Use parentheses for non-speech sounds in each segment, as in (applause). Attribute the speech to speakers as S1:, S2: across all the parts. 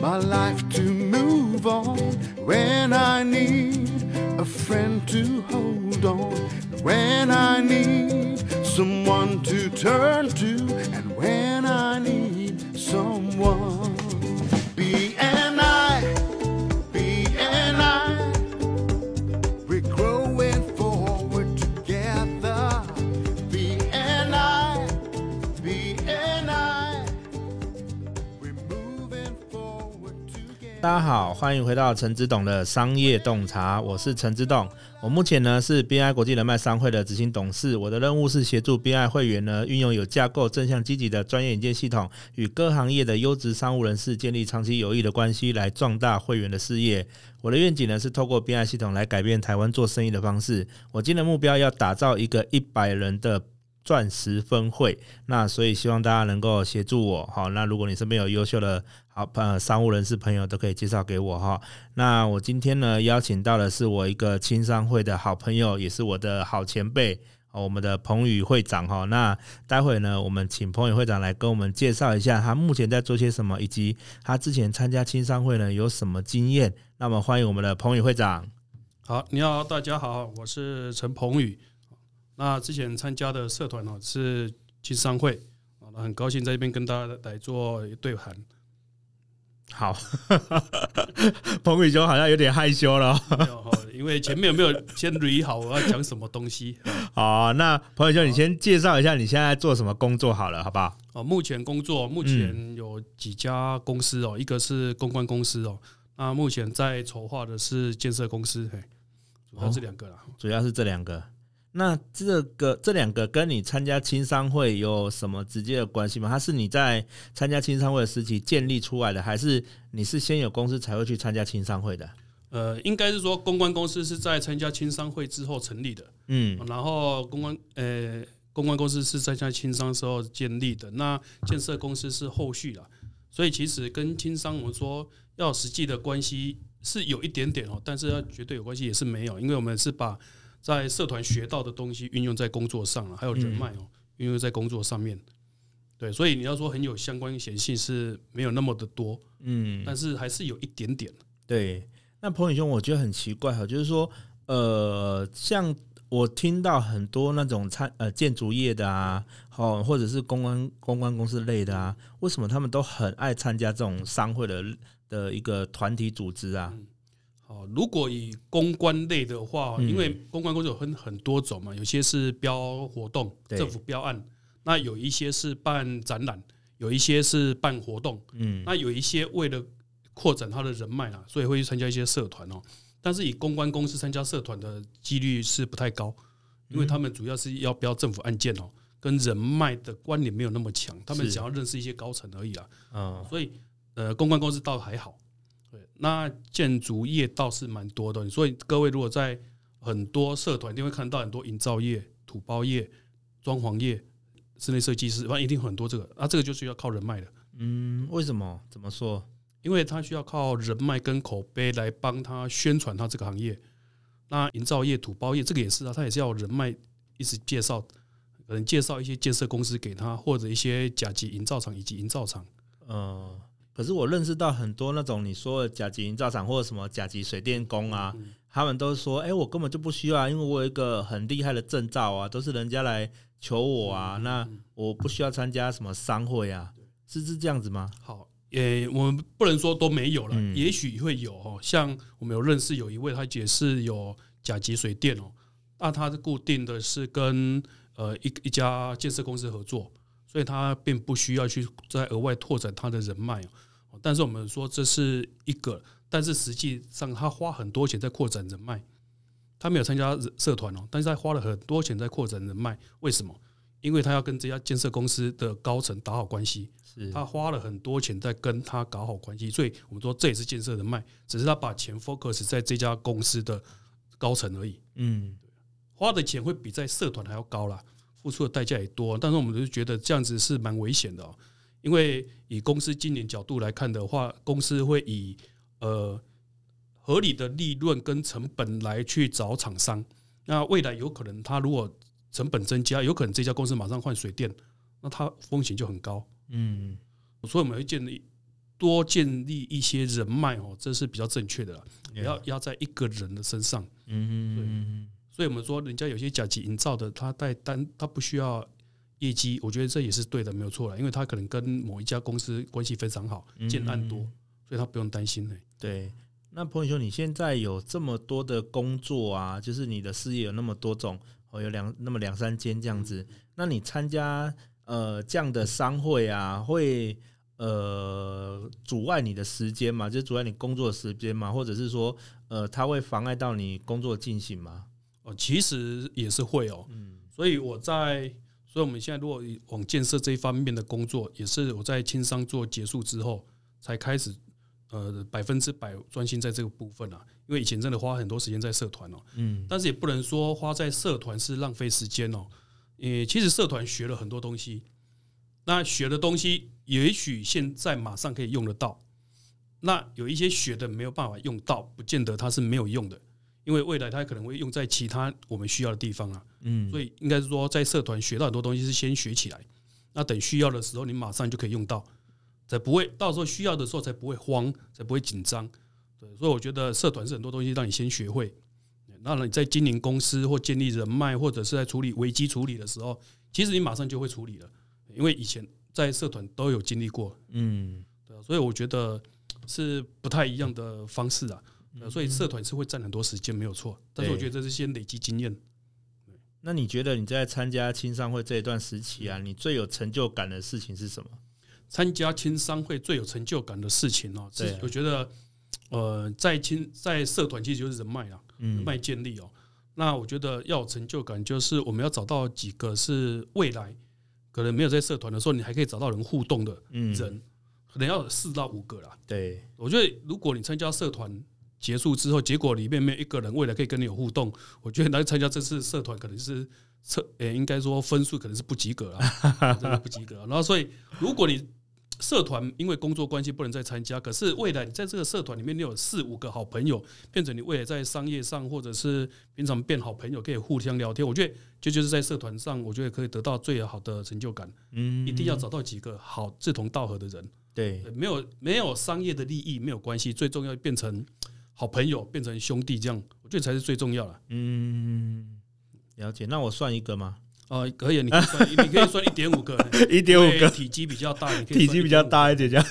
S1: my life to move on when I need a friend to hold on, when I need someone to turn to, and when I need someone. B and I, B and I, we're growing forward together. B and I, B and I. We're moving forward together.
S2: 大家好，欢迎回到陈之董的商业洞察，我是陈之董。我目前呢是 BI 国际人脉商会的执行董事，我的任务是协助 BI 会员呢运用有架构、正向、积极的专业引荐系统，与各行业的优质商务人士建立长期有益的关系，来壮大会员的事业。我的愿景呢是透过 BI 系统来改变台湾做生意的方式。我今年目标要打造一个一百人的钻石分会，那所以希望大家能够协助我。好，那如果你身边有优秀的好朋友、商务人士朋友，都可以介绍给我哈。那我今天呢邀请到的是我一个青商会的好朋友，也是我的好前辈。哦我们的彭宇会长哈，那待会呢，我们请彭宇会长来跟我们介绍一下他目前在做些什么，以及他之前参加青商会呢有什么经验。那么欢迎我们的彭宇会长。
S3: 好，你好，大家好，我是陈鹏宇。那之前参加的社团呢是青商会，啊那很高兴在这边跟大家来做对谈。
S2: 好， (laughs) 彭宇兄好像有点害羞了哦。
S3: 没有哈因为前面有没有先捋好我要讲什么东西？
S2: 好，那彭宇兄，你先介绍一下你现在做什么工作好了，好不好？
S3: 哦，目前工作目前有几家公司哦，一个是公关公司哦，那目前在筹划的是建设公司，嘿，主要是两个啦。
S2: 主要是这两个。那这个这两个跟你参加青商会有什么直接的关系吗？它是你在参加青商会的时期建立出来的，还是你是先有公司才会去参加青商会的？
S3: 呃，应该是说公关公司是在参加青商会之后成立的。
S2: 嗯
S3: 然后公关呃公关公司是在在轻商时候建立的，那建设公司是后续啦，所以其实跟轻商我们说要实际的关系是有一点点哦，但是要绝对有关系也是没有，因为我们是把在社团学到的东西运用在工作上了，还有人脉
S2: 嗯
S3: 哦运用在工作上面。对，所以你要说很有相关联性是没有那么的多，
S2: 嗯，
S3: 但是还是有一点点。
S2: 对，那彭宇兄，我觉得很奇怪哈，就是说，呃，像我听到很多那种餐呃建筑业的啊，哦，或者是公关公关公司类的啊，为什么他们都很爱参加这种商会的的一个团体组织啊？
S3: 好，哦如果以公关类的话，
S2: 嗯
S3: 因为公关工作有分很多种嘛，有些是标活动，
S2: 对
S3: 政府标案，那有一些是办展览，有一些是办活动，
S2: 嗯
S3: 那有一些为了扩展他的人脉啊，所以会去参加一些社团哦。但是以公关公司参加社团的几率是不太高，
S2: 嗯
S3: 因为他们主要是要标政府案件哦，跟人脉的关联没有那么强，他们
S2: 是
S3: 想要认识一些高层而已啊。
S2: 嗯
S3: 所以呃，公关公司倒还好，对，那建筑业倒是蛮多的。所以各位如果在很多社团，一定会看到很多营造业、土包业、装潢业、室内设计师，反正一定很多这个。啊，这个就是要靠人脉的，
S2: 嗯，为什么？怎么说？
S3: 因为他需要靠人脉跟口碑来帮他宣传他这个行业。那营造业、土包业这个也是啊，他也是要有人脉一直介绍，可能介绍一些建设公司给他，或者一些甲级营造厂以及营造厂。
S2: 嗯，可是我认识到很多那种你说的甲级营造厂或者什么甲级水电工啊，他们都说，哎、我根本就不需要啊，因为我有一个很厉害的证照啊，都是人家来求我啊，那我不需要参加什么商会啊，是是这样子吗？
S3: 好，也我们不能说都没有了，
S2: 嗯
S3: 也许会有哦。像我们有认识有一位，他也是有甲级水电哦，那他是固定的是跟呃一一家建设公司合作，所以他并不需要去再额外拓展他的人脉哦。但是我们说这是一个，但是实际上他花很多钱在扩展人脉，他没有参加社团哦，但是他花了很多钱在扩展人脉，为什么？因为他要跟这家建设公司的高层打好关系，
S2: 是，
S3: 他花了很多钱在跟他搞好关系，所以我们说这也是建设人脉，只是他把钱 focus 在这家公司的高层而已，
S2: 嗯
S3: 花的钱会比在社团还要高啦，付出的代价也多。但是我们就觉得这样子是蛮危险的、哦，因为以公司经营角度来看的话，公司会以呃合理的利润跟成本来去找厂商，那未来有可能他如果成本增加，有可能这家公司马上换水电，那他风险就很高。
S2: 嗯
S3: 所以我们会建议多建立一些人脉哦，这是比较正确的啦。不要压在一个人的身上，
S2: 嗯嗯
S3: 所以我们说人家有些甲级营造的，他带单他不需要业绩，我觉得这也是对的，没有错了，因为他可能跟某一家公司关系非常好，
S2: 嗯
S3: 建案多，所以他不用担心呢、
S2: 对。那彭宇兄，你现在有这么多的工作啊，就是你的事业有那么多种，哦，有两那么两三间这样子。那你参加呃这样的商会啊，会呃阻碍你的时间吗？就是阻碍你工作的时间吗？或者是说呃，它会妨碍到你工作进行吗？
S3: 哦，其实也是会哦。所以我在，所以我们现在如果以往建设这一方面的工作，也是我在轻商做结束之后，才开始呃百分之百专心在这个部分啊。因为以前真的花很多时间在社团哦，
S2: 嗯
S3: 但是也不能说花在社团是浪费时间哦。呃，其实社团学了很多东西，那学的东西也许现在马上可以用得到，那有一些学的没有办法用到，不见得它是没有用的，因为未来它可能会用在其他我们需要的地方啊。
S2: 嗯，
S3: 所
S2: 以
S3: 以应该是说，在社团学到很多东西是先学起来，那等需要的时候，你马上就可以用到，才不会到时候需要的时候才不会慌，才不会紧张。对，所以我觉得社团是很多东西让你先学会。那你在经营公司或建立人脉，或者是在处理危机处理的时候，其实你马上就会处理了，因为以前在社团都有经历过，
S2: 嗯
S3: 对啊所以我觉得是不太一样的方式啊。对啊所以社团是会占很多时间，没有错。但是我
S2: 对
S3: 觉得这是先累积经验。
S2: 那你觉得你在参加青商会这一段时期啊，你最有成就感的事情是什么？
S3: 参加青商会最有成就感的事情哦，
S2: 对
S3: 是我觉得，呃，在青在社团其实就是人脉啊啦，人
S2: 嗯
S3: 脉建立哦。那我觉得要有成就感，就是我们要找到几个是未来可能没有在社团的时候，你还可以找到人互动的
S2: 嗯
S3: 人，可能要有四到五个啦。
S2: 对，
S3: 我觉得如果你参加社团结束之后，结果里面没有一个人未来可以跟你有互动，我觉得来参加这次社团可能是测，呃、应该说分数可能是不及格啊， (laughs) 真的不及格啊、然后所以如果你社团因为工作关系不能再参加，可是未来你在这个社团里面，你有四五个好朋友，变成你未来在商业上或者是平常变好朋友，可以互相聊天。我觉得这就是在社团上，我觉得可以得到最好的成就感。
S2: 嗯
S3: 一定要找到几个好志同道合的人。
S2: 对
S3: 对，没有没有商业的利益没有关系，最重要变成好朋友，变成兄弟，这样我觉得才是最重要的。
S2: 嗯，了解。那我算一个吗？
S3: 呃，可以，你可以算，你可以算一点五个，
S2: (laughs) 一
S3: 因
S2: 点
S3: 为体积比较大，你可以算
S2: 体积比较
S3: 1.5个。
S2: 大一点， (laughs) 这样。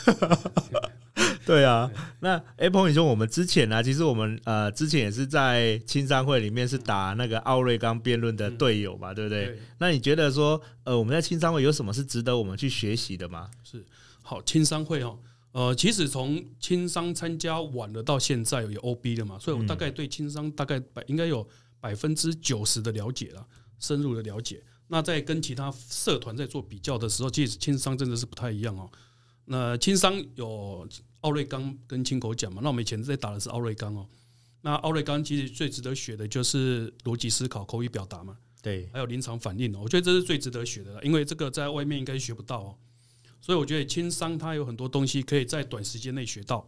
S2: 对啊，那 Apple 你说我们之前啊，其实我们呃之前也是在青商会里面是打那个奥瑞冈辩论的队友嘛，对不嗯对？
S3: 对，
S2: 那你觉得说呃我们在青商会有什么是值得我们去学习的吗？
S3: 好，青商会哦。呃，其实从青商参加晚了到现在有 OB 了嘛，所以我大概对青商大概百应该有百分之九十的了解了，深入的了解。那在跟其他社团在做比较的时候，其实青商真的是不太一样哦。那青商有奥瑞冈跟青口奖嘛，那我们以前在打的是奥瑞冈哦。那奥瑞冈其实最值得学的就是逻辑思考、口语表达嘛。
S2: 对，
S3: 还有临场反应哦，我觉得这是最值得学的了，因为这个在外面应该学不到哦。所以我觉得轻商它有很多东西可以在短时间内学到，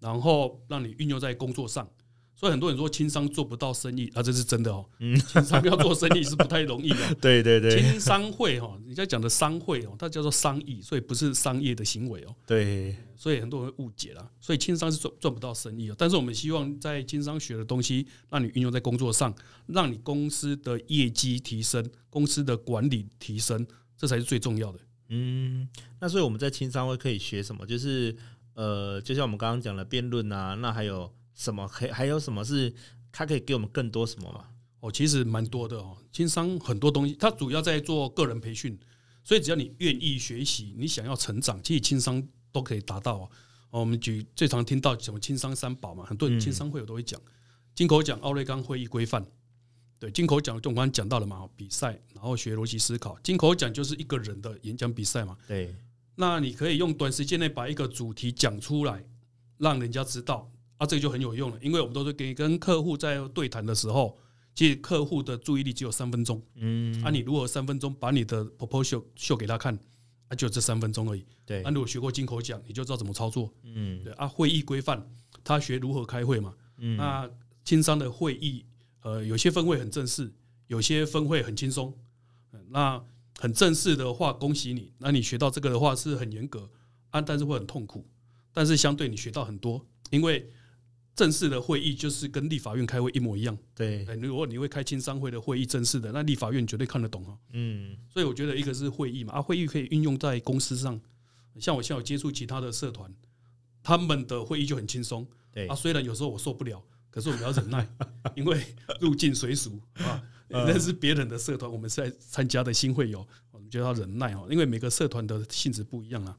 S3: 然后让你运用在工作上。所以很多人说轻商做不到生意啊，这是真的哦。轻商要做生意是不太容易的。
S2: 对对 (laughs) 对
S3: 轻商会哦，你在讲的商会哦，它叫做商议，所以不是商业的行为哦。
S2: 对，
S3: 所以很多人会误解了。所以轻商是赚赚不到生意的，哦但是我们希望在轻商学的东西，让你运用在工作上，让你公司的业绩提升，公司的管理提升，这才是最重要的。
S2: 嗯，那所以我们在青商会可以学什么？就是呃，就像我们刚刚讲的辩论啊，那还有什么？还还有什么是它可以给我们更多什么吗？
S3: 哦，其实蛮多的哦，轻商很多东西，它主要在做个人培训，所以只要你愿意学习，你想要成长，其实轻商都可以达到哦。哦我们举最常听到什么轻商三宝嘛，很多人轻商会我都会讲，金口奖、奥瑞冈会议规范，对，金口奖就我刚刚讲到了嘛，比赛，然后学逻辑思考，金口奖就是一个人的演讲比赛嘛，
S2: 对，
S3: 那你可以用短时间内把一个主题讲出来，让人家知道啊，这个就很有用了。因为我们都是给跟客户在对谈的时候，其实客户的注意力只有三分钟，
S2: 嗯，
S3: 啊，你如何三分钟把你的 proposal 秀给他看，啊，就这三分钟而已。
S2: 对
S3: 啊，，如果学过金口讲，你就知道怎么操作。
S2: 嗯
S3: 对啊，会议规范，他学如何开会嘛。
S2: 嗯
S3: 那轻商的会议，呃，有些分会很正式，有些分会很轻松。嗯那很正式的话，恭喜你，那你学到这个的话是很严格啊，但是会很痛苦。但是相对你学到很多，因为正式的会议就是跟立法院开会一模一样。
S2: 对，
S3: 哎，如果你会开青商会的会议，正式的，那立法院绝对看得懂啊。
S2: 嗯，
S3: 所以我觉得一个是会议嘛，啊，会议可以运用在公司上。像我现在有接触其他的社团，他们的会议就很轻松
S2: 对
S3: 啊。，虽然有时候我受不了，可是我们要
S2: (laughs)
S3: 忍耐，因为入境随俗啊。
S2: 嗯
S3: 那是别人的社团，我们是在参加的新会友，我们就要忍耐哦，因为每个社团的性质不一样啊。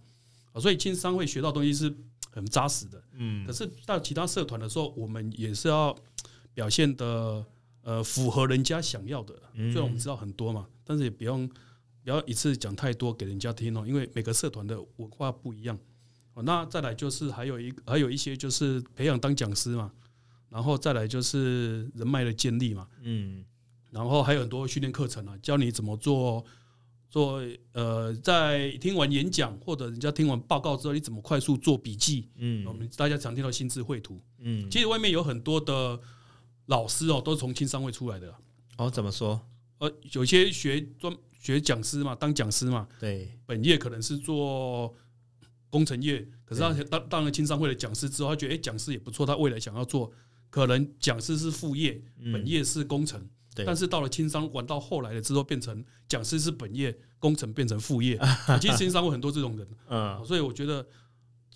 S3: 啊所以青商会学到东西是很扎实的，
S2: 嗯
S3: 可，是到其他社团的时候，我们也是要表现的呃符合人家想要的。
S2: 嗯
S3: 虽然我们知道很多嘛，但是也不用不要一次讲太多给人家听哦，因为每个社团的文化不一样。哦，那再来就是还有一还有一些就是培养当讲师嘛，然后再来就是人脉的建立嘛，
S2: 嗯，
S3: 然后还有很多训练课程啊，教你怎么做做呃，在听完演讲或者人家听完报告之后，你怎么快速做笔记。哦我
S2: 嗯，
S3: 们大家常听到心智绘图，
S2: 嗯，
S3: 其实外面有很多的老师哦，都是从青商会出来的啦。
S2: 哦，怎么说？
S3: 呃，有些学专学讲师嘛，当讲师嘛，
S2: 对，
S3: 本业可能是做工程业，可是他
S2: 嗯
S3: 当当了青商会的讲师之后，他觉得哎，讲师也不错，他未来想要做，可能讲师是副业，
S2: 嗯
S3: 本业是工程。
S2: 对
S3: 但是到了青商玩到后来了之后，变成讲师是本业，工程变成副业。其实青商会很多这种人，
S2: 嗯，
S3: 所以我觉得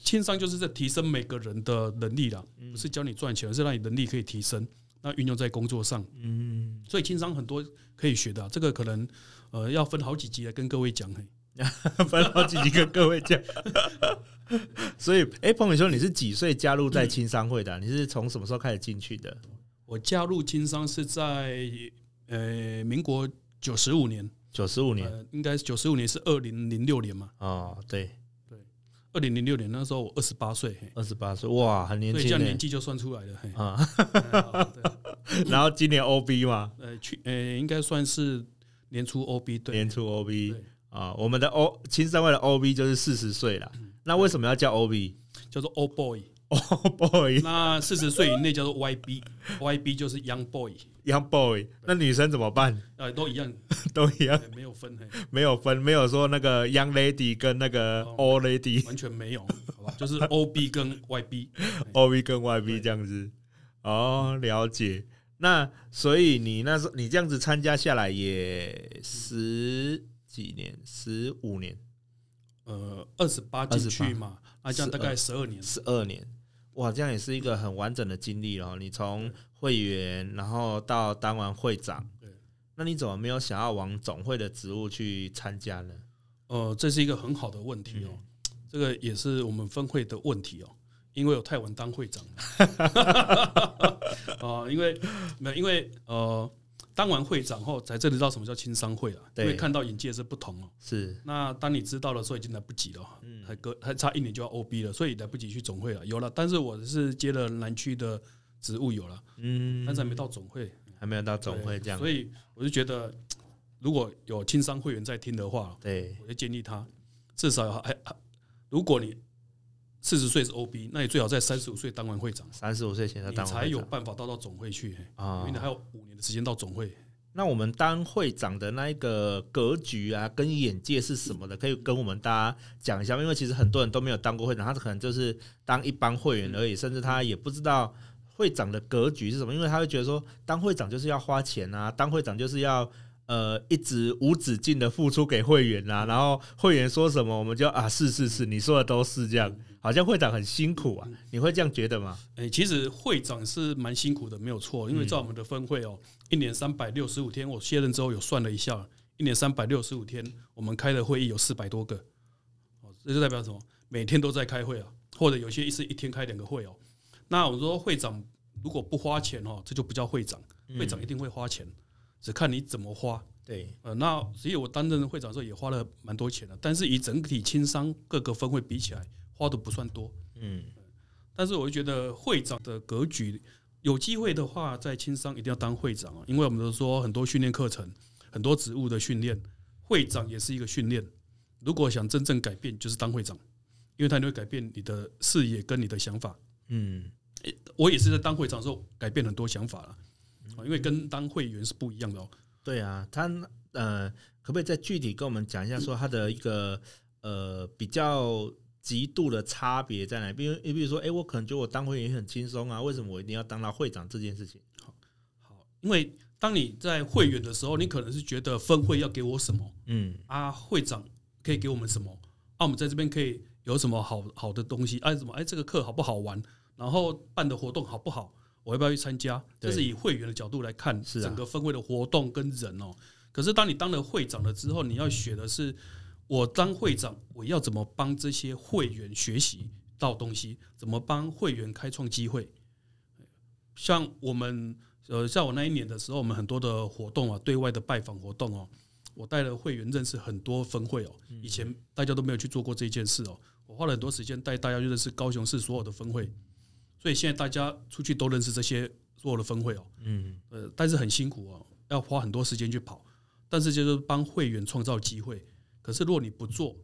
S3: 轻商就是在提升每个人的能力啦，不是教你赚钱，而是让你能力可以提升，那运用在工作上。
S2: (laughs) 嗯，
S3: 所以轻商很多可以学的啊、这个可能呃要分好几集来跟各位讲。嘿
S2: 烦恼几集跟各位讲。 (laughs) 所以，哎、彭宇兄，你是几岁加入在青商会的啊、你是从什么时候开始进去的？
S3: 我加入轻商是在呃民国九十五年，
S2: 九十五年、
S3: 呃，应该是九十五年是二零零六年嘛，
S2: 哦，对，
S3: 二零零六年那时候我二十八岁，嘿
S2: 二十八岁，哇，很年
S3: 所以这
S2: 轻
S3: 样年
S2: 呢。
S3: 纪就算出来了。嘿
S2: 啊、
S3: 哎好对
S2: 然后今年 OB 嘛，
S3: 呃，去呃应该算是年初 OB 对
S2: 年初 OB
S3: 对
S2: 啊，我们的 O 青商会的 OB 就是四十岁了。那为什么要叫 OB？
S3: 叫做 Old Boy。
S2: 哦、boy
S3: 那四十岁以内叫做 YB，YB 就是 Young Boy，
S2: young boy，那女生怎么办？
S3: 呃，都一样，
S2: 都一样，
S3: 呃没有分，嘿
S2: 没有分，没有说那个 young lady 跟那个
S3: 哦
S2: old lady。
S3: 完全没有，好吧，就是 OB 跟 YB，
S2: O V 跟 Y B 这样子。
S3: 嗯
S2: 哦，了解。那所以你那时候你这样子参加下来也十几年，十五年，
S3: 呃，二十八进去嘛，那这样大概十二年，
S2: 十二年，哇，这样也是一个很完整的经历哦。你从会员，然后到当完会长
S3: 对，
S2: 那你怎么没有想要往总会的职务去参加呢？
S3: 呃，这是一个很好的问题
S2: 嗯
S3: 哦，这个也是我们分会的问题哦，因为我太晚当会长 (laughs) 了，啊，因为没有，因为呃，当完会长后才真的知道什么叫青商会啊了，因
S2: 对
S3: 为看到眼界是不同哦。
S2: 是，
S3: 那当你知道的时候，已经来不及了，哦
S2: 嗯
S3: 还隔还差一年就要 OB 了，所以来不及去总会了。有了，但是我是接了南区的职务有了，
S2: 嗯
S3: 但，是还没到总会，
S2: 还没有到嗯总会这样，
S3: 所以我就觉得，如果有青商会员在听的话，
S2: 对，
S3: 我就建议他至少还还，如果你四十岁是 OB，那你最好在三十五岁当完会长，
S2: 三十五岁前要
S3: 你
S2: 当
S3: 才
S2: 会
S3: 有
S2: 长
S3: 办法到到总会去，嘿因
S2: 啊
S3: 为你还有五年的时间到总会。
S2: 那我们当会长的那一个格局啊，跟眼界是什么的，可以跟我们大家讲一下吗，因为其实很多人都没有当过会长，他可能就是当一般会员而已，甚至他也不知道会长的格局是什么，因为他会觉得说，当会长就是要花钱啊，当会长就是要。呃，一直无止境的付出给会员啊，然后会员说什么，我们就啊，是是是，你说的都是这样，好像会长很辛苦啊，你会这样觉得吗？
S3: 哎、其实会长是蛮辛苦的，没有错。因为在我们的分会哦，一年三百六十五天，我卸任之后有算了一下，一年三百六十五天，我们开的会议有四百多个，哦，这就代表什么？每天都在开会啊，或者有些是一天开两个会哦。那我说会长如果不花钱哦，这就不叫会长，会长一定会花钱，只看你怎么花。
S2: 对，
S3: 呃，那所以我担任会长的时候也花了蛮多钱的，但是以整体轻商各个分会比起来，花的不算多。
S2: 嗯，
S3: 但是我就觉得会长的格局，有机会的话，在青商一定要当会长啊，因为我们都说很多训练课程，很多职务的训练，会长也是一个训练。如果想真正改变，就是当会长，因为他就会改变你的视野跟你的想法。
S2: 嗯，
S3: 我也是在当会长的时候改变很多想法了，啊因为跟当会员是不一样的哦。
S2: 对啊，他呃，可不可以再具体跟我们讲一下，说他的一个呃比较极度的差别在哪？比如，你比如说，哎、我可能觉得我当会员也很轻松啊，为什么我一定要当到会长这件事情？
S3: 好，因为当你在会员的时候，你可能是觉得分会要给我什么
S2: 嗯，
S3: 啊，会长可以给我们什么啊，我们在这边可以有什么好好的东西？哎、啊，什么哎、这个课好不好玩？然后办的活动好不好？我要不要去参加？
S2: 对
S3: 这是以会员的角度来看
S2: 是啊
S3: 整个分会的活动跟人哦、可是当你当了会长了之后，你要学的是，我当会长，我要怎么帮这些会员学习到东西，怎么帮会员开创机会。像我们呃，像我那一年的时候，我们很多的活动啊，对外的拜访活动哦、我带了会员认识很多分会哦、
S2: 嗯
S3: 以前大家都没有去做过这件事哦、我花了很多时间带大家去认识高雄市所有的分会，所以现在大家出去都认识这些所有的分会哦、
S2: 嗯，
S3: 呃，但是很辛苦哦，要花很多时间去跑，但是就是帮会员创造机会。可是如果你不做，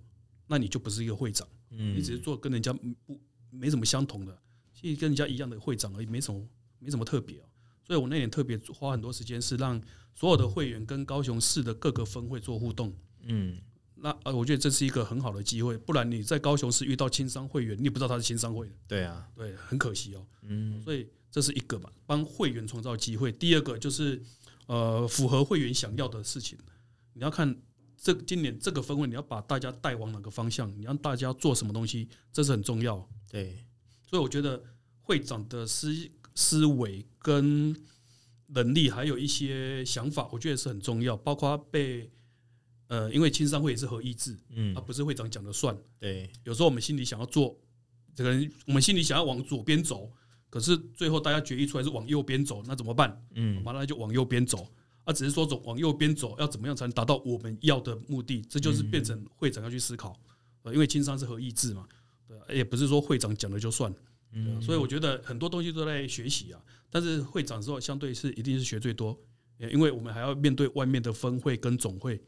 S3: 那你就不是一个会长，
S2: 嗯
S3: 你只是做跟人家不没什么相同的，其实跟人家一样的会长而已，没什么没什么特别哦。所以我那年特别花很多时间是让所有的会员跟高雄市的各个分会做互动。
S2: 嗯，
S3: 那呃，我觉得这是一个很好的机会，不然你在高雄市遇到青商会员，你也不知道他是青商会的，
S2: 对啊，
S3: 对，很可惜哦。
S2: 嗯
S3: 所以这是一个嘛，帮会员创造机会。第二个就是呃，符合会员想要的事情。你要看这今年这个分会，你要把大家带往哪个方向，你让大家做什么东西，这是很重要。
S2: 对，
S3: 所以我觉得会长的思思维跟能力，还有一些想法，我觉得是很重要。包括被呃，因为青商会也是合意制，
S2: 嗯
S3: 而、不是会长讲的算。
S2: 对，
S3: 有时候我们心里想要做，可能我们心里想要往左边走，可是最后大家决议出来是往右边走，那怎么办？
S2: 嗯
S3: 完了就往右边走。啊，只是说走往右边走要怎么样才能达到我们要的目的，这就是变成会长要去思考，呃，因为经商是合意志嘛，对啊，也不是说会长讲了就算，对啊所以我觉得很多东西都在学习啊，但是会长之后相对是一定是学最多，呃因为我们还要面对外面的分会跟总会，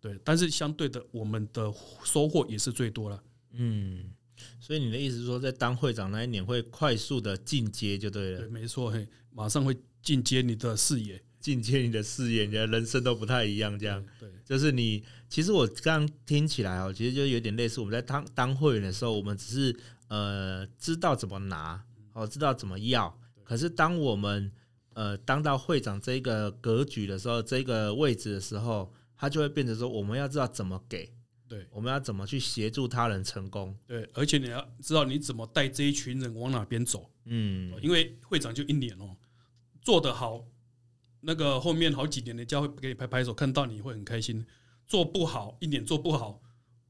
S3: 对，但是相对的我们的收获也是最多了。
S2: 嗯，所以你的意思是说，在当会长那一年会快速的进阶就对
S3: 对，
S2: 了，
S3: 没错，嘿，马上会进阶你的视野。
S2: 进阶你的事业，你的人生都不太一样这样。
S3: 对，
S2: 就是你，其实我刚听起来哦，其实就有点类似我们在当当会员的时候，我们只是呃知道怎么拿，哦，知道怎么要。可是当我们呃当到会长这个格局的时候，这个位置的时候，它就会变成说，我们要知道怎么给，
S3: 对，
S2: 我们要怎么去协助他人成功。
S3: 对，而且你要知道你怎么带这一群人往哪边走，
S2: 嗯，
S3: 因为会长就一年哦，做得好，那个后面好几年人家会给你拍拍手，看到你会很开心；做不好，一年做不好，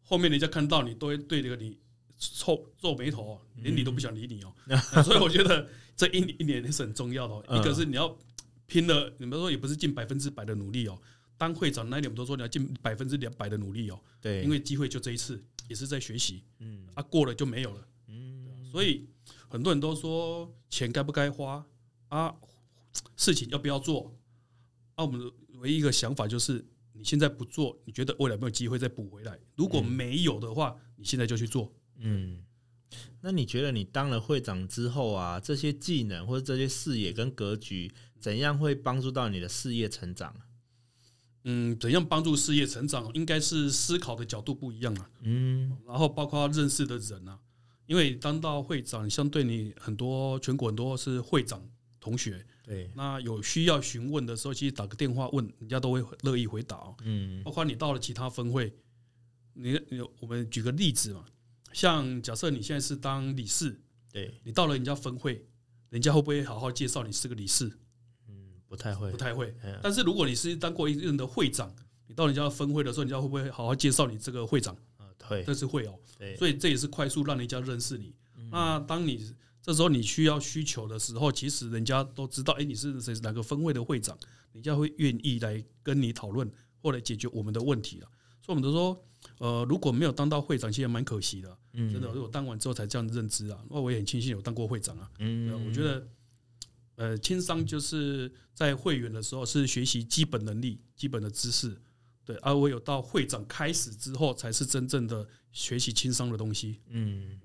S3: 后面人家看到你都会对着你皱皱眉头哦，连你都不想理你哦。 (laughs) 所以我觉得这一一年是很重要的哦，
S2: 嗯
S3: 一个是你要拼了，你们说也不是尽百分之百的努力哦。当会长那一年，我们都说你要尽百分之两百的努力哦。
S2: 对，
S3: 因为机会就这一次，也是在学习
S2: 嗯
S3: 啊，过了就没有了。啊
S2: 嗯
S3: 所以很多人都说钱该不该花啊，事情要不要做啊？我们的唯一一个想法就是，你现在不做，你觉得未来有没有机会再补回来？如果没有的话，你现在就去做。
S2: 嗯，那你觉得你当了会长之后啊，这些技能或者这些视野跟格局，怎样会帮助到你的事业成长？
S3: 嗯，怎样帮助事业成长，应该是思考的角度不一样啊。
S2: 嗯
S3: 然后包括认识的人啊，因为当到会长，相对你很多全国很多是会长同学，，
S2: 对，
S3: 那有需要询问的时候，其实打个电话问，人家都会乐意回答哦。
S2: 嗯
S3: 包括你到了其他分会，你你我们举个例子嘛，像假设你现在是当理事，
S2: 对，
S3: 你到了人家分会，人家会不会好好介绍你是个理事？
S2: 嗯，不太会，
S3: 不太会
S2: 嗯。
S3: 但是如果你是当过一任的会长，你到人家分会的时候，人家会不会好好介绍你这个会长？
S2: 啊，对
S3: 这是会哦，
S2: 对，嗯
S3: 所以这也是快速让人家认识你。那当你这时候你需要需求的时候，其实人家都知道，哎，你是谁哪个分会的会长，人家会愿意来跟你讨论或来解决我们的问题了。所以我们都说，呃，如果没有当到会长，其实蛮可惜的，
S2: 嗯
S3: 真的。我当完之后才这样认知啊，那我也很庆幸有当过会长啊。对啊
S2: 嗯，
S3: 我觉得，呃，轻商就是在会员的时候是学习基本能力、基本的知识，对，而、唯有到会长开始之后，才是真正的学习轻商的东西。
S2: 嗯。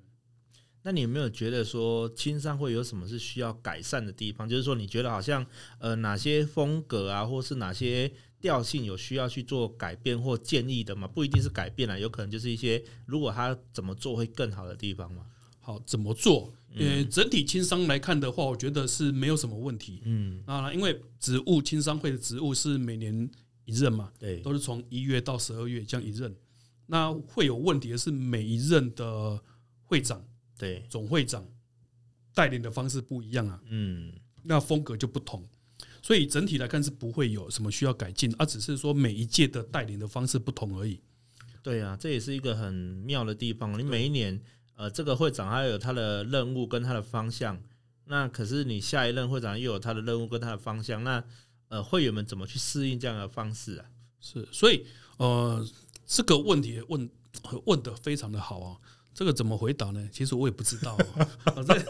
S2: 那你有没有觉得说青商会有什么是需要改善的地方？就是说，你觉得好像呃哪些风格啊，或是哪些调性有需要去做改变或建议的吗？不一定是改变啊，有可能就是一些如果他怎么做会更好的地方嘛。
S3: 好，怎么做？呃，
S2: 嗯
S3: 整体轻商来看的话，我觉得是没有什么问题。
S2: 嗯，
S3: 那因为职务轻商会的职务是每年一任嘛，
S2: 对，
S3: 都是从一月到十二月这样一任。那会有问题的是每一任的会长、
S2: 对，
S3: 总会长带领的方式不一样啊，
S2: 嗯，
S3: 那风格就不同。所以整体来看是不会有什么需要改进，啊，只是说每一届的带领的方式不同而已。
S2: 对啊，这也是一个很妙的地方。你每一年，呃，这个会长他有他的任务跟他的方向，那可是你下一任会长又有他的任务跟他的方向，那呃，会员们怎么去适应这样的方式啊？
S3: 是，所以呃，这个问题问问的非常的好啊。这个怎么回答呢？其实我也不知道、啊， (laughs) 反正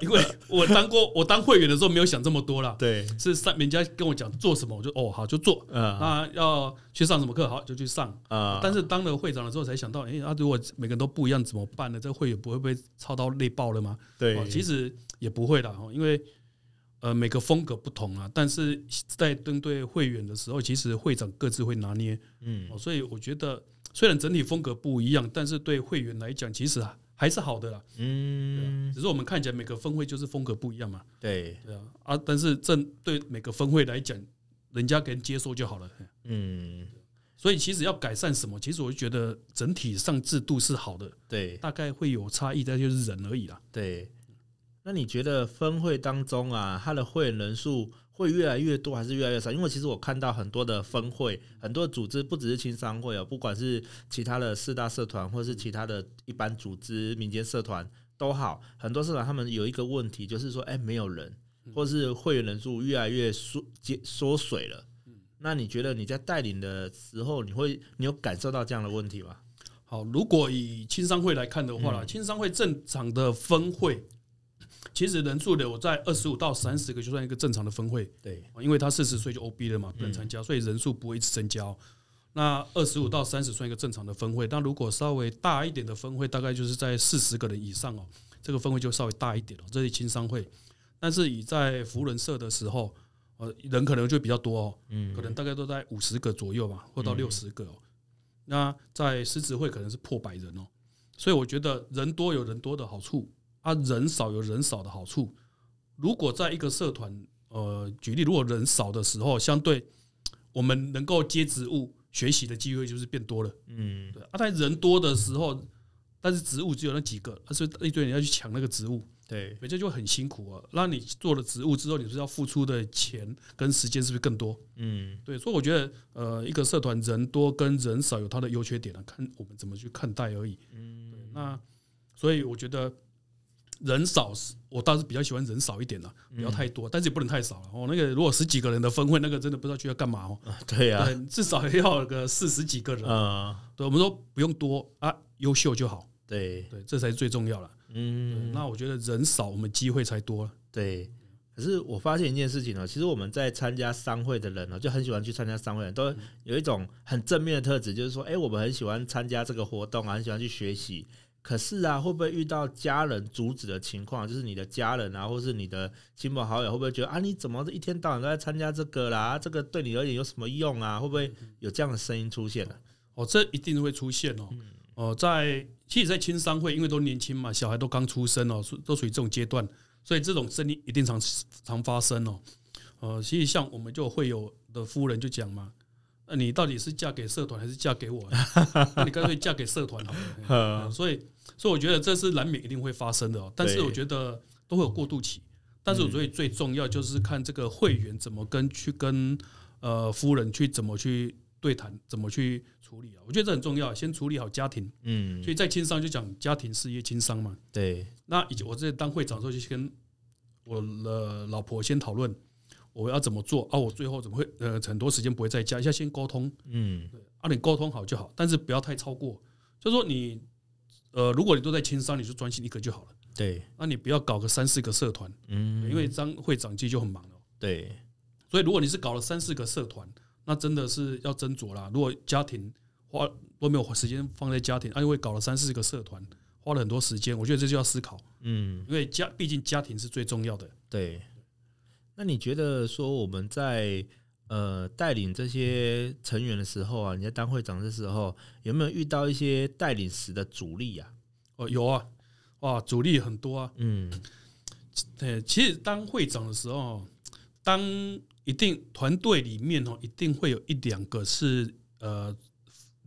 S3: 因为我当过我当会员的时候没有想这么多啦。
S2: 对，
S3: 是上人家跟我讲做什么，我就哦好就做。
S2: 呃
S3: 那要去上什么课，好就去上。
S2: 呃，
S3: 但是当了会长了之后，才想到，哎、那、如果每个人都不一样怎么办呢？这个会员不会被操到累爆了吗？哦
S2: 对，
S3: 其实也不会啦，哦因为呃每个风格不同啊，但是在针对会员的时候，其实会长各自会拿捏，
S2: 嗯
S3: 哦，所以我觉得虽然整体风格不一样，但是对会员来讲，其实啊还是好的啦，
S2: 嗯，
S3: 只是我们看起来每个分会就是风格不一样嘛，
S2: 对，
S3: 对啊，啊，但是这对每个分会来讲，人家给人接受就好了。嘿
S2: 嗯，
S3: 所以其实要改善什么，其实我就觉得整体上制度是好的，
S2: 对
S3: 大概会有差异，但就是人而已啦。
S2: 对。那你觉得分会当中啊，他的会员人数会越来越多还是越来越少？因为其实我看到很多的分会，很多组织不只是青商会啊，不管是其他的四大社团，或是其他的一般组织、民间社团都好，很多社团他们有一个问题，就是说，哎，没有人，或是会员人数越来越缩减缩水了。那你觉得你在带领的时候，你会你有感受到这样的问题吗？
S3: 好，如果以青商会来看的话啦，青商会正常的分会，其实人数的我在二十五到三十个就算一个正常的分会，
S2: 对，
S3: 因为他四十岁就 OB 了嘛，不能参加，所以人数不会一直增加哦。那二十五到三十算一个正常的分会，那如果稍微大一点的分会，大概就是在四十个人以上哦，这个分会就稍微大一点了、这是青商会。但是以在福人社的时候，呃，人可能就比较多哦，
S2: 嗯
S3: 可能大概都在五十个左右吧，或到六十个哦。那在狮子会可能是破百人哦，所以我觉得人多有人多的好处，啊，人少有人少的好处。如果在一个社团，呃，举例，如果人少的时候，相对我们能够接职务学习的机会就是变多了。
S2: 嗯，
S3: 对，啊，在人多的时候，但是职务只有那几个，啊所以一堆人要去抢那个职务，
S2: 对，
S3: 人家就很辛苦啊。那你做了职务之后，你是不是要付出的钱跟时间是不是更多？
S2: 嗯。 (laughs)
S3: 对，所以我觉得，呃，一个社团人多跟人少有它的优缺点啊，看我们怎么去看待而已。嗯，那所以我觉得人少是，我倒是比较喜欢人少一点的、不要太多，但是也不能太少了。哦，那个如果十几个人的分会，那个真的不知道去要干嘛哦。
S2: 对啊呀、
S3: 对，至少要有个四十几个人。
S2: 呃，
S3: 对，我们说不用多啊，优秀就好。
S2: 对，
S3: 对，这才是最重要了。对
S2: 嗯，
S3: 那我觉得人少，我们机会才多了。
S2: 对。可是我发现一件事情哦，其实我们在参加商会的人哦呢，就很喜欢去参加商会的人，都有一种很正面的特质，就是说，哎，我们很喜欢参加这个活动啊，很喜欢去学习。可是啊，会不会遇到家人阻止的情况？就是你的家人啊，或是你的亲朋好友，会不会觉得啊，你怎么一天到晚都在参加这个啦？啊这个对你而言有什么用啊？会不会有这样的声音出现啊呢、
S3: 哦，这一定会出现哦。哦，在其实，在青商会，因为都年轻嘛，小孩都刚出生哦，属都属于这种阶段，所以这种声音一定常常发生哦。呃，其实像我们就会有的夫人就讲嘛，那你到底是嫁给社团还是嫁给我、啊 (laughs) 那你干脆嫁给社团好了。嗯所以，所以我觉得这是难免一定会发生的哦。但是
S2: 对嗯
S3: 我觉得都会有过渡期，但是我觉得最重要就是看这个会员怎么跟去跟呃夫人去怎么去对谈，怎么去处理啊。我觉得这很重要，先处理好家庭。
S2: 嗯
S3: 所，以在轻商就讲家庭事业轻商嘛。
S2: 对，
S3: 那以前我之前当会长的时候，就跟我的老婆先讨论我要怎么做啊，我最后怎么会呃很多时间不会在家，要先沟通。
S2: 嗯，
S3: 啊，你沟通好就好，但是不要太超过。就说你，呃，如果你都在轻商，你就专心一个就好了。
S2: 对，
S3: 那你不要搞个三四个社团，
S2: 嗯，
S3: 因为张会长其实就很忙了。
S2: 对，
S3: 所以如果你是搞了三四个社团，那真的是要斟酌啦。如果家庭花都没有时间放在家庭，啊，因为搞了三四个社团，花了很多时间。我觉得这就要思考，
S2: 嗯，
S3: 因为家毕竟家庭是最重要的。
S2: 对。那你觉得说我们在呃带领这些成员的时候啊，你在当会长的时候，有没有遇到一些带领时的阻力啊？
S3: 哦，有啊，哇，阻力很多啊。
S2: 嗯，
S3: 对，其实当会长的时候，当一定团队里面哦，一定会有一两个是呃，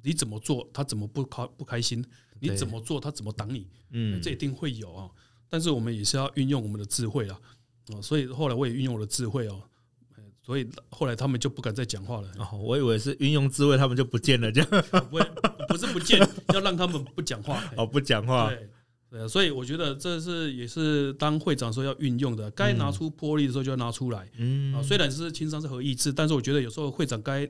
S3: 你怎么做他怎么不开不开心，你
S2: 对
S3: 怎么做他怎么挡你，
S2: 嗯，
S3: 这一定会有啊。但是我们也是要运用我们的智慧啦，哦，所以后来我也运用我的智慧哦，呃所以后来他们就不敢再讲话了，哦
S2: 哦，我以为是运用智慧，他们就不见了，这样
S3: 不会不是不见， (laughs) 要让他们不讲话。哎
S2: 哦，不讲话，
S3: 对对啊，所以我觉得这是也是当会长时候要运用的，该拿出魄力的时候就要拿出来。
S2: 嗯
S3: 啊，虽然是轻商是合意志，但是我觉得有时候会长该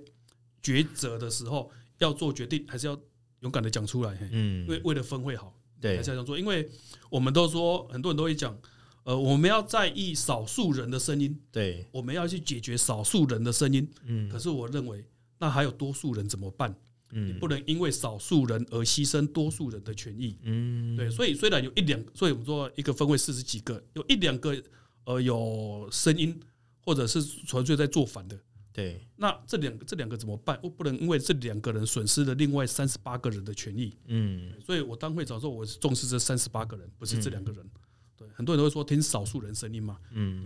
S3: 抉择的时候，要做决定还是要勇敢的讲出来，嘿
S2: 嗯，
S3: 为为了分会好，
S2: 对
S3: 还是要这样做。因为我们都说，很多人都会讲，呃，我们要在意少数人的声音，
S2: 对，
S3: 我们要去解决少数人的声音。
S2: 嗯
S3: 可是我认为，那还有多数人怎么办？你
S2: 嗯
S3: 不能因为少数人而牺牲多数人的权益。
S2: 嗯，
S3: 对，所以虽然有一两，所以我们说一个分会四十几个，有一两个呃有声音，或者是纯粹在做反的，
S2: 对，
S3: 那这两个这两个怎么办？我不能因为这两个人损失了另外三十八个人的权益，
S2: 嗯
S3: 所以我当会长的时候，我是重视这三十八个人，不是这两个人。对，很多人都会说听少数人声音嘛，
S2: 嗯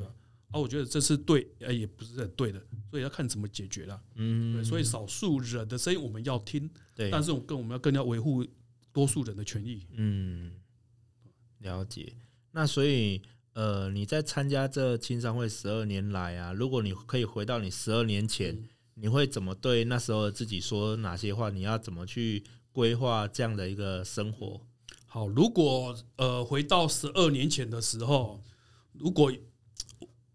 S3: 啊，我觉得这是对，呃，也不是很对的，所以要看怎么解决啦。对，
S2: 嗯，
S3: 所以少数人的声音我们要听，
S2: 对，
S3: 但是我跟我们要更要维护多数人的权益。
S2: 嗯，了解。那所以，呃，你在参加这青商会十二年来啊，如果你可以回到你十二年前，
S3: 嗯
S2: 你会怎么对那时候的自己说哪些话？你要怎么去规划这样的一个生活？
S3: 好，如果呃回到十二年前的时候，如果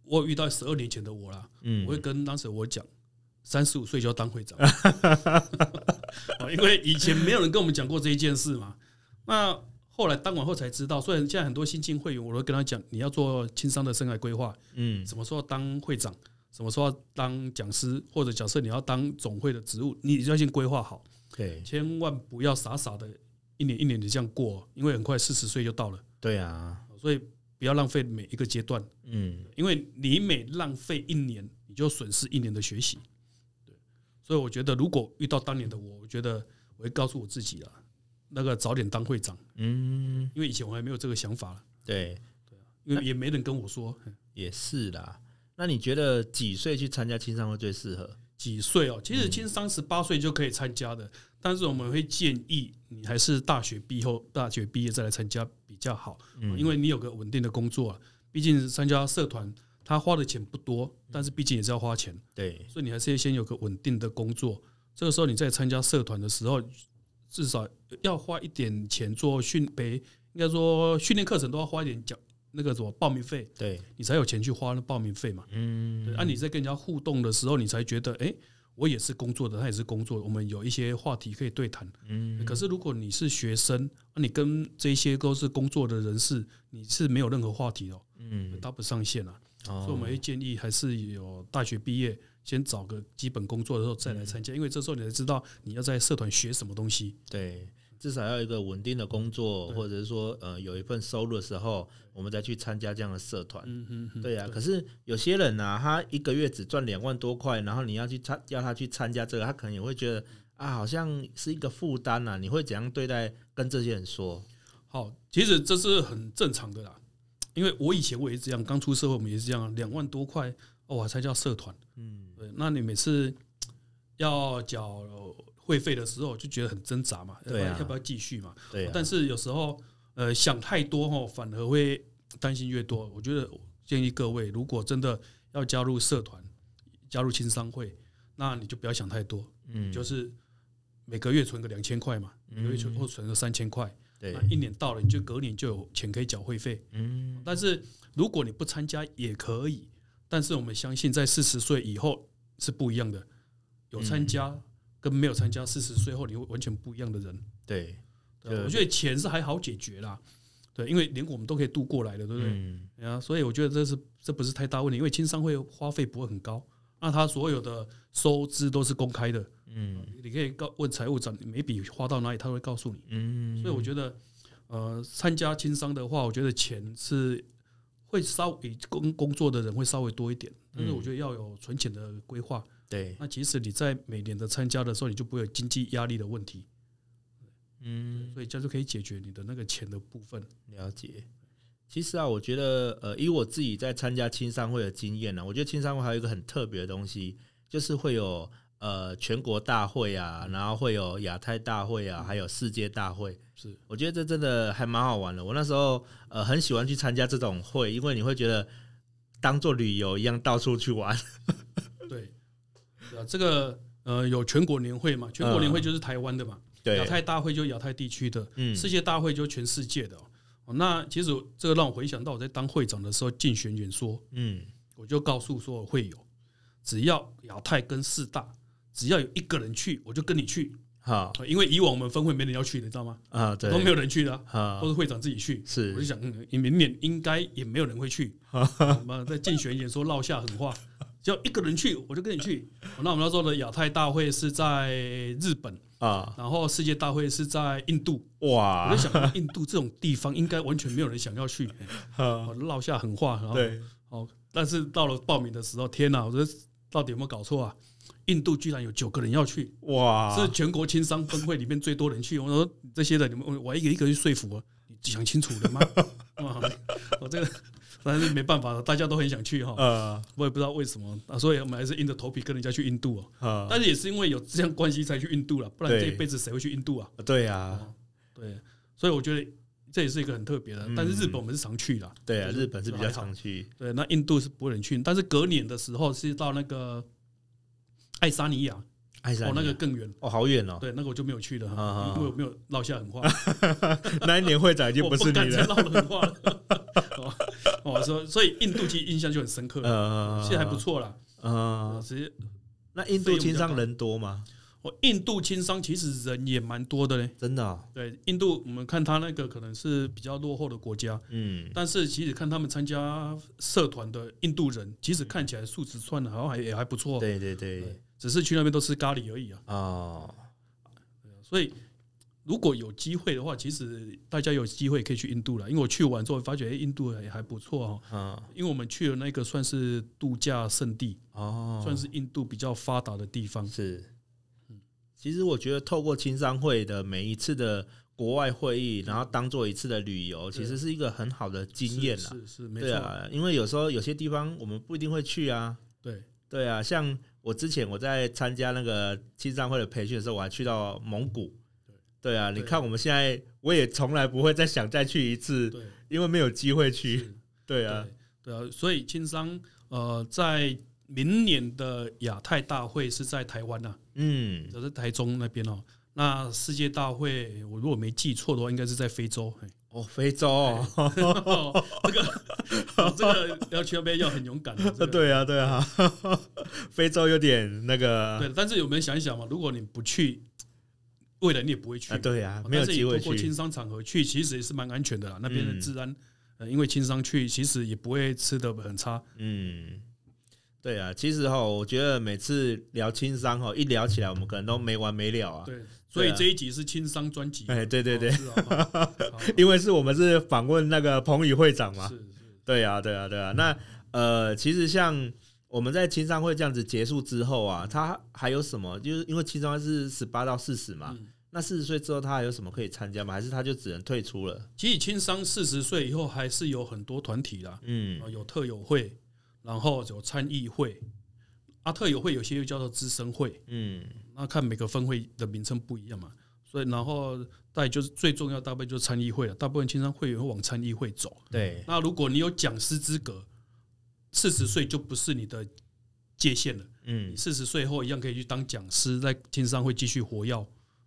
S3: 我有遇到十二年前的我啦，
S2: 嗯
S3: 我会跟当时我讲，三十五岁就要当会长， (laughs) 哦因为以前没有人跟我们讲过这一件事嘛。那后来当完后才知道，虽然现在很多新进会员，我都会跟他讲，你要做轻商的生涯规划，
S2: 嗯
S3: 什么时候当会长，什么时候要当讲师，或者假设你要当总会的职务，你就要先规划好。
S2: 对
S3: 千万不要傻傻的一年一年的这样过，因为很快四十岁就到了，
S2: 对啊，
S3: 所以不要浪费每一个阶段，
S2: 嗯
S3: 因为你每浪费一年，你就损失一年的学习。对，所以我觉得如果遇到当年的我，我觉得我会告诉我自己啊，那个早点当会长，
S2: 嗯，
S3: 因为以前我还没有这个想法了，
S2: 对，
S3: 因为也没人跟我说嗯
S2: 也是啦。那你觉得几岁去参加青商会最适合？
S3: 几岁哦，其实其实三十八岁就可以参加的，但是我们会建议你还是大学毕后，大学毕业再来参加比较好。
S2: 嗯
S3: 因为你有个稳定的工作、啊，毕竟参加社团，他花的钱不多，但是毕竟也是要花钱，
S2: 对，
S3: 所以你还是要先有个稳定的工作。这个时候你在参加社团的时候，至少要花一点钱做训培，应该说训练课程都要花一点奖那个什么报名费，
S2: 对，
S3: 你才有钱去花那报名费嘛。
S2: 嗯
S3: 对，啊，你在跟人家互动的时候，你才觉得，哎、我也是工作的，他也是工作的，我们有一些话题可以对谈。
S2: 嗯
S3: 可是如果你是学生，啊你跟这些都是工作的人士，你是没有任何话题哦，
S2: 嗯，
S3: 搭不上线啊。所以我
S2: 哦
S3: 们会建议还是有大学毕业先找个基本工作的时候再来参加，因为这时候你才知道你要在社团学什么东西。
S2: 对，至少要有一个稳定的工作，
S3: 对
S2: 或者是说呃有一份收入的时候，我们再去参加这样的社团。
S3: 嗯嗯嗯，
S2: 对啊，可是有些人啊，他一个月只赚两万多块，然后你要去参要他去参加这个，他可能也会觉得啊，好像是一个负担啊呐。你会怎样对待跟这些人说？
S3: 好，其实这是很正常的啦，因为我以前我也是这样，刚出社会我们也是这样啊，两万多块哦，我还参加社团，
S2: 嗯，
S3: 对，那你每次要缴会费的时候就觉得很挣扎嘛，要不
S2: 对啊
S3: 要要不要继续嘛？
S2: 对啊，
S3: 但是有时候呃想太多哦，反而会担心越多。我觉得建议各位，如果真的要加入社团、加入青商会，那你就不要想太多，
S2: 嗯，
S3: 就是每个月存个两千块嘛，每个月
S2: 嗯
S3: 存或存个三千块，
S2: 对
S3: 那，一年到了你就隔年就有钱可以缴会费。
S2: 嗯
S3: 但是如果你不参加也可以，但是我们相信在四十岁以后是不一样的，有参
S2: 嗯
S3: 加跟没有参加，四十岁后你会完全不一样的人。
S2: 对，
S3: 对啊
S2: 对
S3: 我觉得钱是还好解决啦，对，因为连我们都可以度过来的，对不对？
S2: 嗯
S3: 对啊，所以我觉得这是这不是太大问题，因为青商会花费不会很高，那他所有的收支都是公开的，啊
S2: 嗯
S3: 你可以告问财务长你每笔花到哪里，他会告诉你。
S2: 嗯，
S3: 所以我觉得，嗯、呃，参加轻商的话，我觉得钱是会稍比工工作的人会稍微多一点，但是我觉得要有存钱的规划。
S2: 对，
S3: 那即使你在每年的参加的时候，你就不会有经济压力的问题，
S2: 嗯，
S3: 所以这样就可以解决你的那个钱的部分。
S2: 了解。其实啊，我觉得呃，以我自己在参加青商会的经验呢、啊我觉得青商会还有一个很特别的东西，就是会有呃全国大会啊，然后会有亚太大会啊，还有世界大会。
S3: 是
S2: 我觉得这真的还蛮好玩的。我那时候呃很喜欢去参加这种会，因为你会觉得当做旅游一样到处去玩。
S3: 对，对啊，这个呃有全国年会嘛，全国年会就是台湾的嘛，
S2: 嗯对
S3: 亚，太大会就亚太地区的，
S2: 嗯
S3: 世界大会就全世界的哦、哦那其实这个让我回想到我在当会长的时候竞选演说，
S2: 嗯
S3: 我就告诉所有会友，只要亚太跟四大，只要有一个人去，我就跟你去。
S2: 好
S3: 呃因为以往我们分会没人要去，你知道吗？
S2: 啊，对，
S3: 都没有人去的啊、
S2: 啊
S3: 都，是会长自己去。我就是想，嗯，明年应该也没有人会去。我们在竞选演说落下狠话，只要一个人去，我就跟你去。那我们那时候的亚太大会是在日本，
S2: 啊，
S3: 然后世界大会是在印度。我
S2: 哇
S3: 就，想，印度这种地方应该完全没有人想要去，
S2: 啊
S3: 我落下狠话。然后
S2: 对，
S3: 哦，但是到了报名的时候，天哪！我说到底有没有搞错啊？印度居然有九个人要去，
S2: 哇，
S3: 是全国青商分会里面最多人去。我说这些人，你们我还一个一个去说服、啊，你想清楚了吗？哇，我这个但是没办法，大家都很想去哈，
S2: 呃
S3: 我也不知道为什么啊，所以我们还是硬着头皮跟人家去印度哦。
S2: 啊，
S3: 但是也是因为有这样关系才去印度了，不然
S2: 对
S3: 这一辈子谁会去印度啊？
S2: 对啊，
S3: 对，所以我觉得这也是一个很特别的。但是日本我们是常去的，
S2: 对啊，
S3: 就是
S2: 日本是比较
S3: 还好
S2: 常去，
S3: 对，那印度是不会有人去，但是隔年的时候是到那个爱沙尼亚，哦，
S2: 爱上
S3: 那个更远，
S2: 哦好远哦，
S3: 对，那个我就没有去了
S2: 啊啊
S3: 哈，
S2: 啊
S3: 因为我没有落下
S2: (laughs)
S3: 狠话，
S2: 那一年会长已经
S3: 我
S2: 不是
S3: 敢
S2: 你
S3: 再
S2: 了，
S3: 落狠话了。
S2: (laughs)
S3: 哦哦，所所以印度其实印象就很深刻，
S2: 呃，
S3: 其实还不，错啦。
S2: 呃，
S3: 其实
S2: 那印度青商人多吗？
S3: 我印度轻商其实人也蛮多的嘞。
S2: 真的哦，
S3: 对，印度我们看他那个可能是比较落后的国家，
S2: 嗯，
S3: 但是其实看他们参加社团的印度人，其实看起来素质算好像还也还不错，
S2: 对对对，
S3: 只是去那边都吃咖喱而已啊。
S2: 哦，
S3: 所以如果有机会的话，其实大家有机会可以去印度了，因为我去完之后发觉，诶印度也还不错哦。
S2: 嗯，
S3: 因为我们去了那个算是度假胜地，
S2: 哦，
S3: 算是嗯印度比较发达的地方。
S2: 是，其实我觉得透过青商会的每一次的国外会议，然后当做一次的旅游，其实是一个很好的经验啦。
S3: 是是是没
S2: 对
S3: 错，
S2: 啊，因为有时候有些地方我们不一定会去啊。
S3: 对，
S2: 对啊，像我之前我在参加那个青商会的培训的时候，我还去到蒙古。对啊，你
S3: 对
S2: 看我们现在，我也从来不会再想再去一次，
S3: 对
S2: 因为没有机会去。
S3: 是
S2: 对啊
S3: 对，对啊，所以轻商呃，在明年的亚太大会是在台湾呐、啊，
S2: 嗯，
S3: 就是台中那边哦。那世界大会，我如果没记错的话，应该是在非洲。嘿
S2: 哦，非洲哦，
S3: (laughs) 哦，这个、哦这个要去那边要很勇敢的、这个
S2: (laughs) 对啊，对啊，非洲有点那个，
S3: 对，但是有没有想一想嘛？如果你不去，未来你也不会去
S2: 啊，
S3: 嘛，
S2: 对啊，
S3: 哦
S2: 没有
S3: 但是你
S2: 机会
S3: 透过轻
S2: 去，
S3: 商场合去，其实也是蛮安全的啦。那边的
S2: 嗯
S3: 治安，呃，因为轻商去，其实也不会吃的很差。
S2: 嗯，对啊，其实哈，我觉得每次聊轻商哈，一聊起来我们可能都没完没了啊，
S3: 对，所以这一集是轻商专辑。
S2: 哎，对对
S3: 哦
S2: 对，
S3: 是啊，
S2: (laughs)
S3: 好好
S2: 因为是我们是访问那个彭宇会长嘛，
S3: 是是，
S2: 对啊，对啊，对啊，那呃，其实像。我们在青商会这样子结束之后啊，他还有什么？就是因为青商会是十八到四十嘛，
S3: 嗯
S2: 那四十岁之后他还有什么可以参加吗？还是他就只能退出了？
S3: 其实轻商四十岁以后还是有很多团体啦，
S2: 嗯
S3: 啊，有特友会，然后有参议会，啊，特友会有些又叫做资深会，
S2: 嗯，
S3: 那看每个分会的名称不一样嘛，所以然后再就是最重要，大部分就是参议会了，大部分青商会员会往参议会走。
S2: 对，
S3: 那如果你有讲师资格，四十岁就不是你的界限了，
S2: 嗯
S3: 四十岁后一样可以去当讲师，在青商会继续活跃。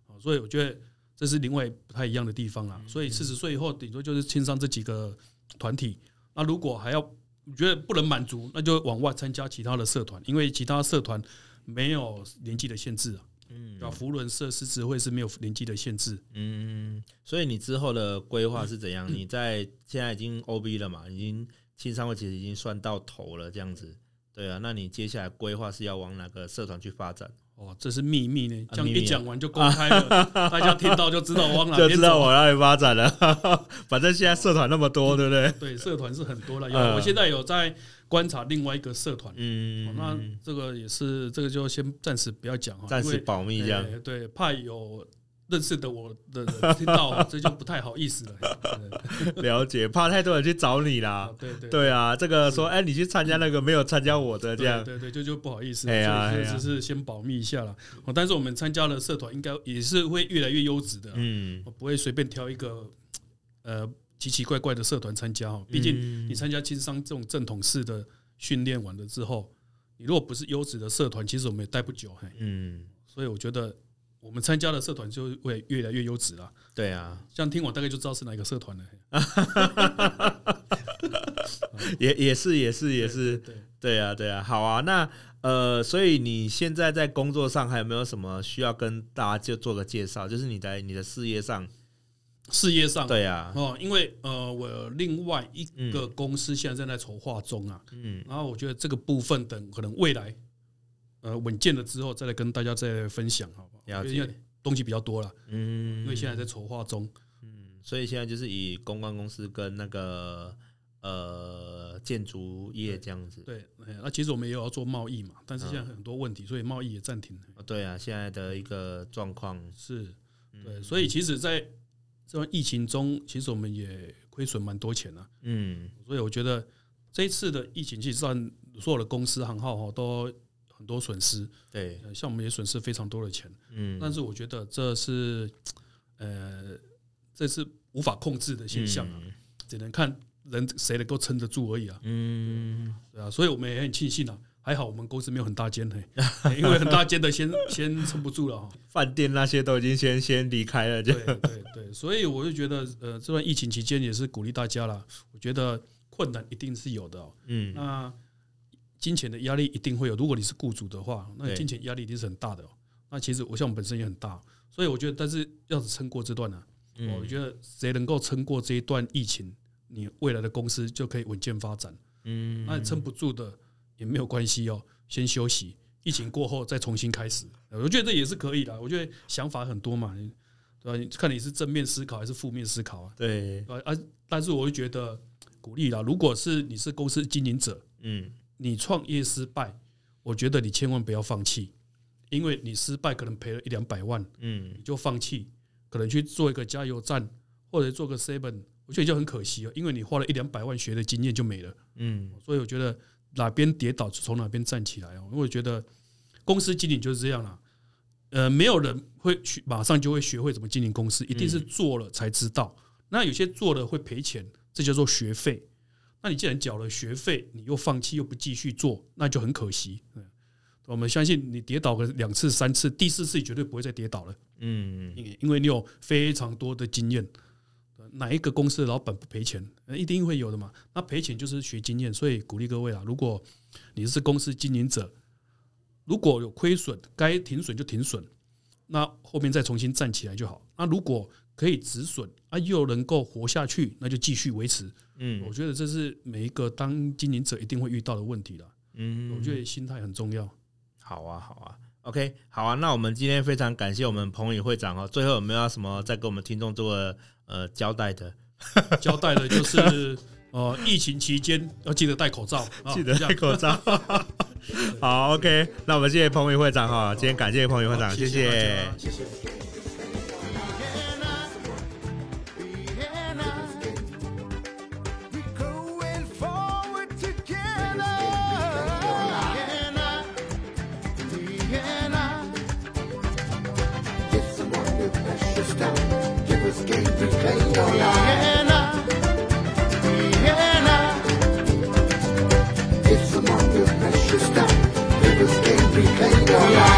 S3: 啊所以我觉得这是另外不太一样的地方
S2: 嗯
S3: 啦。所以四十岁以后，顶多就是青商这几个团体。那如果还要你觉得不能满足，那就往外参加其他的社团，因为其他社团没有年纪的限制啊。
S2: 嗯
S3: 对吧？福伦社狮子会是没有年纪的限制，
S2: 嗯，所以你之后的规划是怎 (coughs) 样？你在现在已经 OB 了嘛，已经青商会其实已经算到头了，这样子。对啊，那你接下来规划是要往哪个社团去发展？
S3: 哦，这是秘密呢，
S2: 啊
S3: 这样
S2: 秘密啊
S3: 一讲完就公开了，
S2: (laughs)
S3: 大家听到就知道我往哪
S2: 就
S3: 边
S2: 知道
S3: 走。啊
S2: 我哪里发展了。 (laughs) 反正现在社团那么多，对不对？
S3: 对，社团是很多了，有
S2: 嗯
S3: 我现在有在观察另外一个社团，哦
S2: 嗯，
S3: 那这个也是这个就先暂时不要讲哈，
S2: 暂
S3: 因
S2: 时
S3: 为
S2: 保密这样。
S3: 哎对，怕有认识的我的人听到，这就不太好意思了。
S2: (laughs) 了解，怕太多人去找你
S3: 啊
S2: 啦。，
S3: 对 (laughs) 对
S2: 对啊，这个说，哎，你去参加那个没有参加我的这样，
S3: 对对对，啊就就不好意思，
S2: 哎呀
S3: 所以
S2: 哎呀
S3: 就只是先保密一下了。哦，但是我们参加了社团，应该也是会越来越优质的啦，
S2: 嗯，
S3: 我不会随便挑一个呃奇奇怪怪的社团参加哦。毕竟
S2: 竟
S3: 你参加经商这种正统式的训练完了之后，你如果不是优质的社团，其实我们也待不久，嘿。
S2: 嗯，
S3: 所以我觉得我们参加的社团就会越来越优质啦。
S2: 对
S3: (laughs)
S2: 啊，
S3: 这样听我大概就知道是哪一个社团了。嘿
S2: 也也是也是也是，
S3: 对，对对
S2: 对啊对啊，好啊，那呃，所以你现在在工作上还有没有什么需要跟大家就做个介绍？就是你在你的事业上，
S3: 事业上
S2: 对嗯啊，
S3: 哦，因为呃，我另外一个公司现在正在筹划中啊，
S2: 嗯
S3: 然后我觉得这个部分等可能未来呃稳健了之后，再来跟大家再分享，好不
S2: 了
S3: 好？
S2: 解
S3: 因为东西比较多了，
S2: 嗯，
S3: 因为现在在筹划中，
S2: 嗯，所以现在就是以公关公司跟那个呃建筑业这样子，
S3: 对，哎那其实我们也有要做贸易嘛，
S2: 嗯
S3: 但是现在很多问题，所以贸易也暂停了。
S2: 哦对啊，现在的一个状况，
S3: 是，
S2: 嗯
S3: 对，所以其实，在这段疫情中，其实我们也亏损蛮多钱的、啊
S2: 嗯
S3: 所以我觉得这一次的疫情，其实让所有的公司行号哈都很多损失，
S2: 对，
S3: 呃像我们也损失非常多的钱。
S2: 嗯，
S3: 但是我觉得这是呃，这是无法控制的现象啊，
S2: 嗯
S3: 只能看人谁能够撑得住而已啊，
S2: 嗯，
S3: 对啊，所以我们也很庆幸啊。还好我们公司没有很大间嘿，因为很大间的先先撑不住了哈。
S2: 饭店那些都已经先先离开了，就
S3: 对对对，所以我就觉得，呃，这段疫情期间也是鼓励大家啦。我觉得困难一定是有的、哦，
S2: 嗯
S3: 那金钱的压力一定会有。如果你是雇主的话，那
S2: 对
S3: 金钱压力一定是很大的、哦。那其实我像我本身也很大，所以我觉得，但是要是撑过这段呢、啊哦
S2: 嗯，
S3: 我觉得谁能够撑过这一段疫情，你未来的公司就可以稳健发展。
S2: 嗯
S3: 那你撑不住的也没有关系哦，先休息，疫情过后再重新开始。我觉得这也是可以的。我觉得想法很多嘛，对吧、你看你是正面思考还是负面思考啊？
S2: 对，
S3: 对吧啊，但是我会觉得鼓励啦。如果是你是公司经营者，
S2: 嗯
S3: 你创业失败，我觉得你千万不要放弃，因为你失败可能赔了一两百万，
S2: 嗯
S3: 你就放弃，可能去做一个加油站或者做个 seven，我觉得就很可惜了，哦因为你花了一两百万学的经验就没了。
S2: 嗯
S3: 所以我觉得哪边跌倒就从哪边站起来哦。因为我觉得公司经营就是这样啦、呃，没有人会去马上就会学会怎么经营公司，一定是做了才知道。那有些做了会赔钱，这叫做学费。那你既然缴了学费，你又放弃又不继续做，那就很可惜。嗯我们相信你跌倒个两次、三次，第四次你绝对不会再跌倒了，
S2: 嗯，
S3: 因因为你有非常多的经验。哪一个公司的老板不赔钱？呃一定会有的嘛。那赔钱就是学经验，所以鼓励各位啊，如果你是公司经营者，如果有亏损，该停损就停损，那后面再重新站起来就好。那如果可以止损啊，又能够活下去，那就继续维持。
S2: 嗯
S3: 我觉得这是每一个当经营者一定会遇到的问题啦。
S2: 嗯，
S3: 我觉得心态很重要。
S2: 好啊好啊，OK，好啊，那我们今天非常感谢我们彭宇会长哦，最后有没有要什么再跟我们听众做个呃交代的？
S3: 交代
S2: (laughs)
S3: 的就是，呃，疫情期间要记得戴口罩，啊
S2: 记得戴口罩。 (laughs) 好，OK，那我们谢谢彭宇会长哈，今天感谢彭宇会长，谢
S3: 谢大
S2: 谢
S3: 家，谢谢。
S1: Can I? Can I? We're going forward together. Can I? Can I?
S4: It's a wonder precious time. Give us game to play your life.
S1: Can I? Can I?
S4: It's a wonder precious time. Give us game to play your life.